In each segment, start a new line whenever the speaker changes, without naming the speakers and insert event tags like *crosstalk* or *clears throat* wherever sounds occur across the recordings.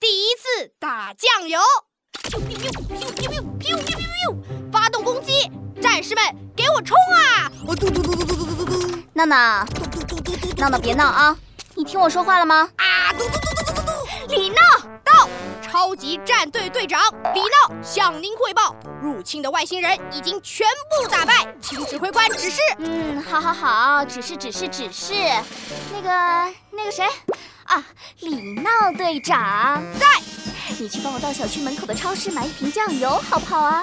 四打酱油，咻咻咻咻咻咻咻咻咻，发动攻击！战士们，给我冲啊！我嘟嘟嘟嘟嘟嘟嘟嘟嘟
闹闹，
嘟嘟嘟嘟嘟，
闹闹别闹啊！你听我说话了吗？
啊！嘟嘟嘟嘟嘟嘟嘟，李闹到，超级战队队长李闹向您汇报，入侵的外星人已经全部打败，请指挥官指示。
嗯，好好好，只是只是只是，那个那个谁啊，李闹队长在，你去帮我到小区门口的超市买一瓶酱油，好不好啊？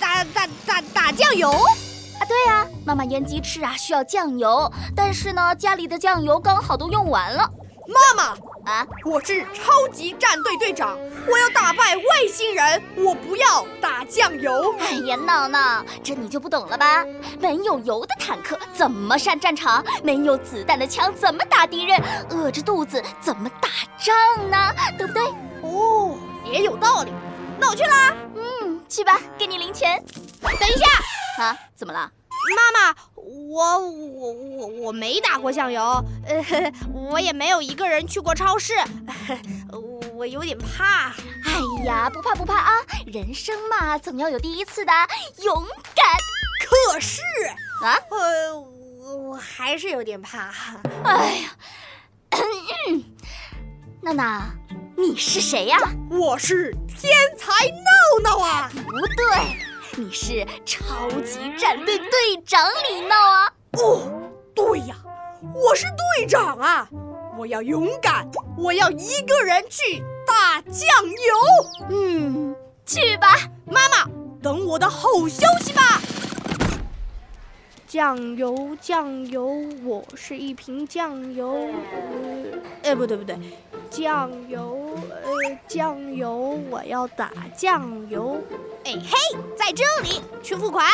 打打打打酱油，
啊，对呀、妈妈腌鸡翅啊需要酱油，但是呢，家里的酱油刚好都用完了
妈妈，
啊。
我是超级战队队长，我要打败外星人，我不要打酱油。
哎呀，闹闹，这你就不懂了吧？没有油的坦克怎么上战场？没有子弹的枪怎么打敌人？饿着肚子怎么打仗呢？对不对？
哦，也有道理。那我去啦。
嗯，去吧，给你零钱。
等一下，
啊，怎么了？
妈妈，我我我我没打过酱油，呃，我也没有一个人去过超市，呃我有点怕。
哎呀，不怕不怕啊，人生嘛，总要有第一次的，勇敢
可是，
啊！
呃，我我还是有点怕。
哎呀， *clears throat* 嗯闹闹，你是谁呀、
我是天才闹闹啊！
不对，你是超级战队队长李闹啊。
哦，对呀，我是队长啊！我要勇敢，我要一个人去打酱油。
嗯，去吧。
妈妈，等我的好消息吧。酱油，酱油，我是一瓶酱油。呃，哎，不对不对，酱油，呃，酱油，我要打酱油。哎嘿，在这里，去付款，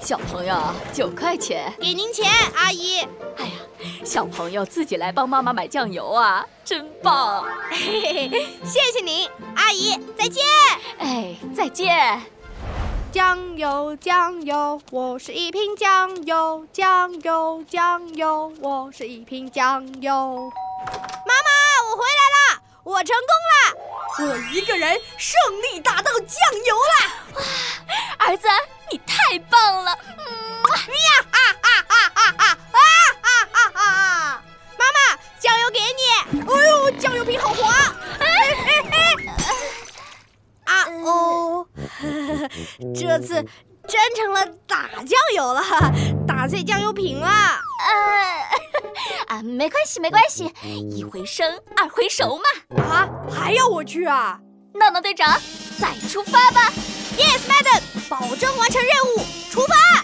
小朋友，九块钱，
给您钱，阿姨。
小朋友自己来帮妈妈买酱油啊，真棒！
谢谢您，阿姨，再见。
哎，再见。
酱油，酱油，我是一瓶酱油，酱油，酱油，我是一瓶酱油。妈妈，我回来啦，我成功啦，我一个人胜利打到酱油啦！
儿子，你太棒了！
啊啊啊！妈妈，酱油给你。哎呦，酱油瓶好滑！啊哦，这次真成了打酱油了，打碎酱油瓶了。
*laughs* 啊，没关系，没关系，一回生，二回熟嘛。
啊，还要我去啊
闹闹队长，再出发吧！
？Yes, madam，保证完成任务，出发！